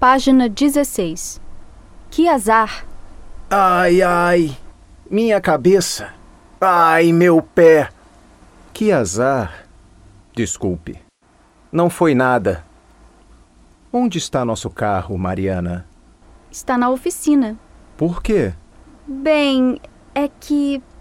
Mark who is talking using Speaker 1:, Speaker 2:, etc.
Speaker 1: página 16. Que azar!
Speaker 2: Ai, ai, minha cabeça. Ai, meu pé. Que azar. Desculpe. Não foi nada. Onde está nosso carro, Mariana?
Speaker 1: Está na oficina.
Speaker 2: Por quê?
Speaker 1: Bem, é que